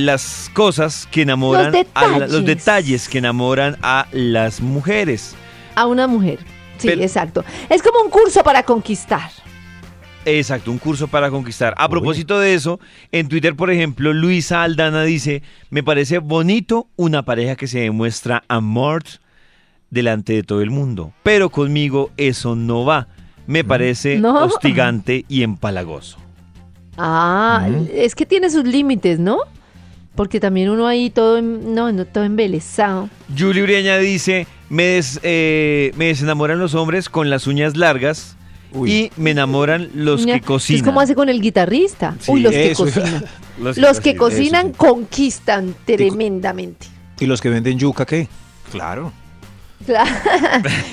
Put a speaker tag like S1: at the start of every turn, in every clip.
S1: las cosas que enamoran,
S2: Los
S1: a la- los
S2: detalles.
S1: detalles que enamoran a las mujeres.
S2: A una mujer. Sí,
S1: Pero-
S2: exacto. Es como un curso para conquistar.
S1: Exacto, un curso para conquistar. A propósito de eso, en Twitter, por ejemplo, Luisa Aldana dice, me parece bonito una pareja que se demuestra amor delante de todo el mundo, pero conmigo eso no va. Me parece
S2: No.
S1: hostigante y empalagoso.
S2: Ah, es que tiene sus límites, ¿no? Porque también uno ahí todo, en- no, no, todo embelesado.
S1: Julie Ureña dice, me, des- eh, me desenamoran los hombres con las uñas largas
S3: Uy.
S1: y me enamoran los
S2: Ña,
S1: que cocinan.
S2: Es como hace con el guitarrista.
S3: Sí,
S2: Uy, los que
S3: eso.
S2: cocinan. Los que cocinan conquistan tremendamente.
S3: ¿Y los que venden yuca qué? Claro.
S2: Claro.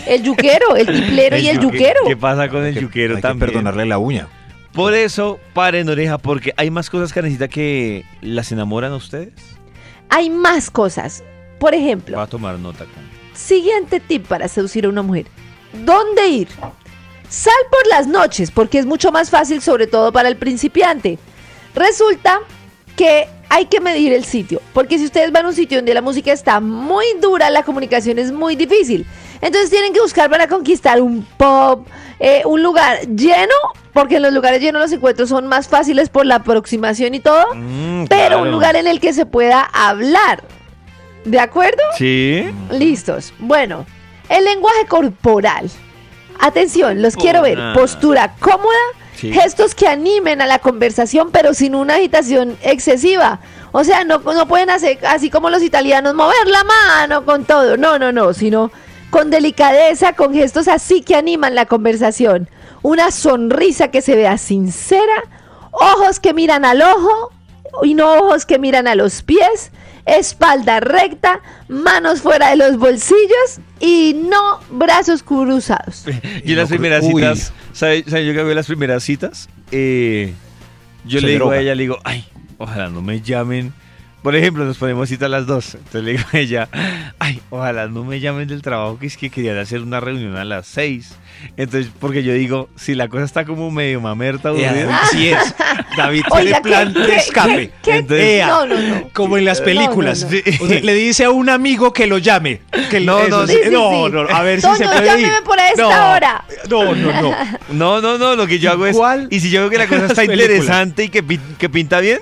S2: El yuquero, el tiplero y el
S1: yuque-
S2: yuquero.
S1: ¿Qué pasa con el
S3: Hay que-
S1: yuquero
S3: hay que
S1: también?
S3: perdonarle la uña.
S1: Por eso, paren oreja, porque hay más cosas, Karencita, que las enamoran a ustedes.
S2: Hay más cosas. Por ejemplo,
S1: Va a tomar nota. Karen.
S2: Siguiente tip para seducir a una mujer. ¿Dónde ir? Sal por las noches porque es mucho más fácil, sobre todo para el principiante. Resulta que hay que medir el sitio, porque si ustedes van a un sitio donde la música está muy dura, la comunicación es muy difícil. Entonces tienen que buscar para conquistar un pub, eh, un lugar lleno, porque en los lugares llenos los encuentros son más fáciles por la aproximación y todo,
S1: Mm,
S2: pero
S1: claro.
S2: un lugar en el que se pueda hablar. ¿De acuerdo?
S1: Sí.
S2: Listos. Bueno, el lenguaje corporal. Atención, los quiero ver.
S1: Una.
S2: Postura cómoda,
S1: Sí.
S2: gestos que animen a la conversación, pero sin una agitación excesiva. O sea, no, no pueden hacer así como los italianos, mover la mano con todo. No, no, no, sino con delicadeza, con gestos así que animan la conversación. Una sonrisa que se vea sincera, ojos que miran al ojo y no ojos que miran a los pies, espalda recta, manos fuera de los bolsillos y no brazos cruzados.
S1: Yo en las
S3: No,
S1: primeras
S3: uy.
S1: citas, ¿sabe, sabe yo que hago en las primeras citas? Eh, yo
S3: Se
S1: le digo
S3: droga.
S1: a ella, le digo, ay, ojalá no me llamen. Por ejemplo, nos ponemos cita a las dos. Entonces le digo a ella, ay, ojalá no me llamen del trabajo, que es que querían hacer una reunión a las seis. Entonces, porque yo digo, si la cosa está como medio
S3: Eh,
S1: mamerta, aburrida,
S3: Así es. David
S2: Oiga, ¿qué-
S3: tiene plan
S2: qué-
S3: de escape.
S2: qué- qué-
S3: Entonces, ea,
S2: no, no, no.
S3: Como en las
S2: No,
S3: películas.
S2: no,
S1: no.
S3: O sea, le dice a un amigo que lo llame. Que
S1: No,
S3: eso,
S1: no,
S3: sí,
S2: sí, sí,
S3: no,
S2: sí.
S3: no, A ver
S2: Toño,
S3: si se puede
S2: llámeme
S3: ir.
S2: por a esta
S3: no,
S2: hora.
S3: No, no, no.
S1: No, no, no, lo que yo hago es...
S3: Igual
S1: Y si yo veo que la cosa
S3: las
S1: está
S3: películas.
S1: interesante y que, pin- que pinta bien,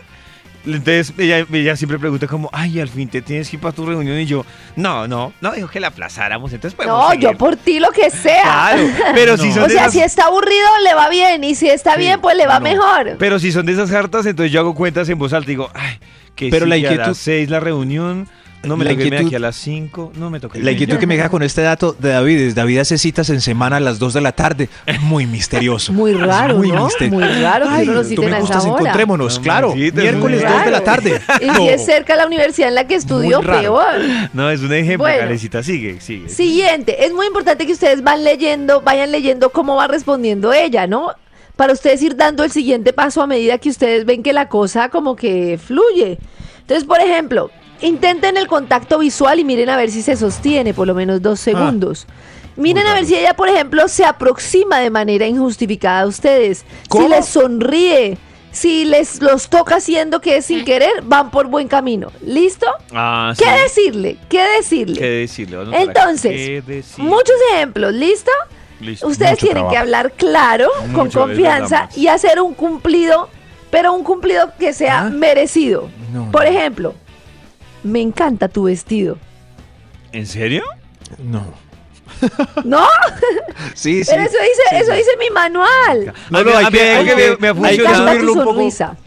S1: entonces ella, ella siempre pregunta como, ay, al fin te tienes que ir para tu reunión y yo, no, no, no dijo que la aplazáramos, entonces podemos
S2: No,
S1: seguir".
S2: yo por ti lo que sea.
S1: Claro, pero si
S3: No.
S1: son
S2: O
S1: de
S2: sea,
S1: esas-
S2: si está aburrido, le va bien. Y si está bien, pues le va
S1: no.
S2: mejor.
S1: Pero si son de esas cartas, entonces yo hago cuentas en voz alta y digo, ay, que
S3: Pero
S1: sí,
S3: la
S1: que a
S3: inquietud-
S1: las seis la reunión, no me
S3: La
S1: toca irme de aquí
S3: inquietud-
S1: a las 5, no me toca
S3: La inquietud que me deja con este dato de David es David hace citas en semana a las 2 de la tarde. Muy misterioso.
S2: Muy raro,
S3: Muy
S2: ¿no?
S3: mister-
S2: Muy raro que
S3: Ay,
S2: uno lo
S3: tú
S2: citen
S3: me
S2: a esa
S3: gustas,
S2: hora.
S3: encontrémonos,
S1: No,
S3: claro.
S1: sí, te-
S3: miércoles
S1: muy
S3: 2 de la
S2: raro.
S3: tarde.
S2: Y
S3: No.
S2: si es cerca de la universidad en la que estudió,
S3: Muy raro.
S2: peor.
S1: No, es un ejemplo,
S2: Bueno.
S1: Karencita, sigue, sigue.
S2: Siguiente, es muy importante que ustedes van leyendo, vayan leyendo cómo va respondiendo ella, ¿no? Para ustedes ir dando el siguiente paso a medida que ustedes ven que la cosa como que fluye. Entonces, por ejemplo, intenten el contacto visual y miren a ver si se sostiene por lo menos dos segundos. Miren a ver si ella, por ejemplo, se aproxima de manera injustificada a ustedes.
S3: ¿Cómo?
S2: Si les sonríe, si les los toca haciendo que es sin querer, van por buen camino. ¿Listo?
S1: Ah,
S2: ¿Qué
S1: sí.
S2: decirle? ¿qué decirle?
S1: ¿Qué decirle? Vamos para acá. ¿Qué
S2: Entonces,
S1: decirle?
S2: muchos ejemplos, ¿listo?
S1: Listo.
S2: Ustedes
S3: mucho
S2: tienen
S3: trabajo.
S2: que hablar claro,
S1: Mucho,
S2: con
S1: es verdad,
S2: confianza
S1: Max.
S2: y hacer un cumplido, pero un cumplido que sea
S3: ¿Ah?
S2: merecido.
S3: No,
S2: Por
S3: no.
S2: ejemplo, me encanta tu vestido.
S1: ¿En serio?
S3: No.
S2: No,
S3: Sí, sí.
S2: pero eso dice, eso dice mi manual.
S1: No, no, hay que, hay que me, me ha
S2: Me
S3: hay que
S1: funcionado.
S2: encanta tu
S3: subirlo un poco.
S2: sonrisa.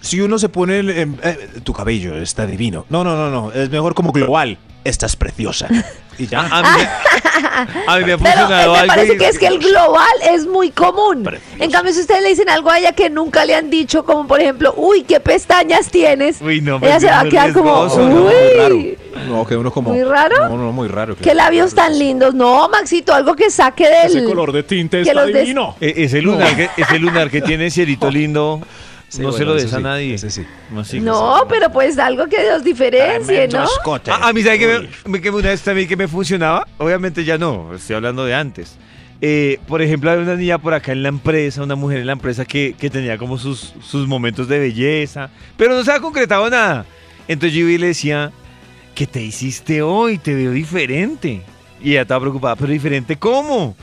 S3: Si uno se pone el, em, eh, tu cabello está divino. No, no, no, no. Es mejor como global. Estás preciosa. Y ya.
S1: A mí, me- a mí me ha
S2: Pero
S1: funcionado
S2: eh, me
S1: algo
S2: parece
S1: y-
S2: que es que el global es muy común.
S3: Precioso.
S2: En cambio, si ustedes le dicen algo a ella que nunca le han dicho, como por ejemplo, uy, qué pestañas tienes,
S1: Uy, no,
S2: ella
S1: pues,
S2: se va a
S1: muy
S2: quedar como,
S1: riesgoso,
S3: no,
S2: uy,
S3: Oh, muy raro. No, que uno como.
S2: ¿Muy raro?
S3: No, no, muy raro.
S2: qué labios tan lindos. No, Maxito, algo que saque del...
S3: Ese color de tinte
S2: que
S3: está
S2: los des-
S3: divino.
S1: E- Ese lunar, que, ese lunar que tiene Cierito lindo,
S3: Sí,
S1: no se
S3: bueno,
S1: lo
S3: eso
S1: des a
S3: sí,
S1: nadie.
S3: ese sí.
S1: No, sí, Ah,
S2: No, pero pues algo que los diferencie, ¿no?
S3: Escote.
S1: A, a mí, ¿sabes
S3: Uy.
S1: que, me, que una vez también que me funcionaba? Obviamente ya no, estoy hablando de antes. Eh, por ejemplo, había una niña por acá en la empresa, una mujer en la empresa que, que tenía como sus, sus momentos de belleza, pero no se ha concretado nada. Entonces yo iba y le decía, ¿qué te hiciste hoy? Te veo diferente. Y ella estaba preocupada, pero diferente, ¿cómo?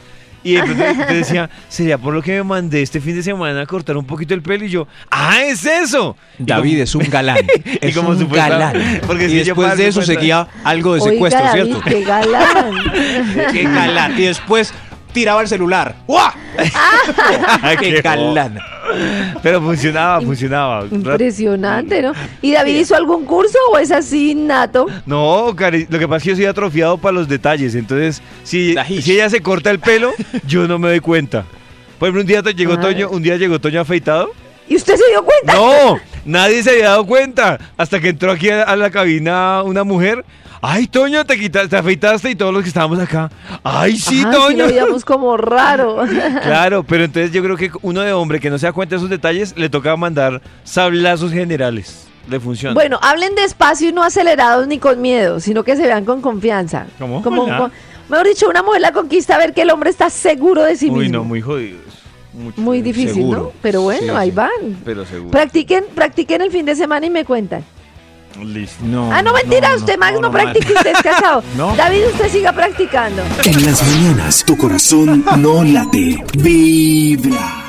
S1: Y entonces te decía, sería por lo que me mandé este fin de semana a cortar un poquito el pelo. Y yo, ¡ah, es eso! Y
S3: David es un galán.
S1: Y
S3: Es
S1: como
S3: un
S1: supuesta-
S3: galán.
S1: porque
S3: y
S1: si yo
S3: después
S1: pago
S3: de eso
S1: cuenta-
S3: seguía algo de secuestro,
S2: Oiga, David,
S3: ¿cierto?
S2: qué galán.
S3: ¡Qué galán! Y después tiraba el celular. ¡Guau!
S2: Ah.
S1: como-
S3: ¡Qué galán!
S1: Pero funcionaba, funcionaba.
S2: Impresionante, ¿no? ¿Y David hizo algún curso o es así nato?
S1: No, Cari, lo que pasa es que yo soy atrofiado para los detalles. Entonces, si,
S3: Tajish.
S1: si ella se corta el pelo, yo no me doy cuenta. Por ejemplo, un día to- llegó
S2: Ah.
S1: Toño, un día llegó Toño afeitado.
S2: ¿Y usted se dio cuenta?
S1: No, nadie se había dado cuenta. Hasta que entró aquí a, a la cabina una mujer. Ay, Toño, te quitaste, te afeitaste y todos los que estábamos acá. Ay, sí,
S2: Ah, sí,
S1: Toño.
S2: lo veíamos como raro.
S1: claro, pero entonces yo creo que uno de hombre que no se da cuenta de esos detalles le toca mandar sablazos generales. Le funciona.
S2: Bueno, hablen despacio y no acelerados ni con miedo, sino que se vean con confianza.
S1: ¿Cómo?
S2: Como,
S1: Hola.
S2: como- mejor dicho, una mujer la conquista a ver que el hombre está seguro de sí
S1: Uy,
S2: mismo.
S1: no, muy jodidos. Mucho.
S2: Muy difícil,
S3: seguro.
S2: ¿no? Pero bueno,
S3: Sí,
S2: ahí
S3: sí.
S2: van.
S1: Pero seguro.
S2: Practiquen, practiquen el fin de semana y me cuentan.
S1: Listo.
S3: No,
S2: ah, no, mentira, usted Max no, practique, usted es casado.
S3: No.
S2: David, usted siga practicando.
S4: En las mañanas tu corazón no late, vibra.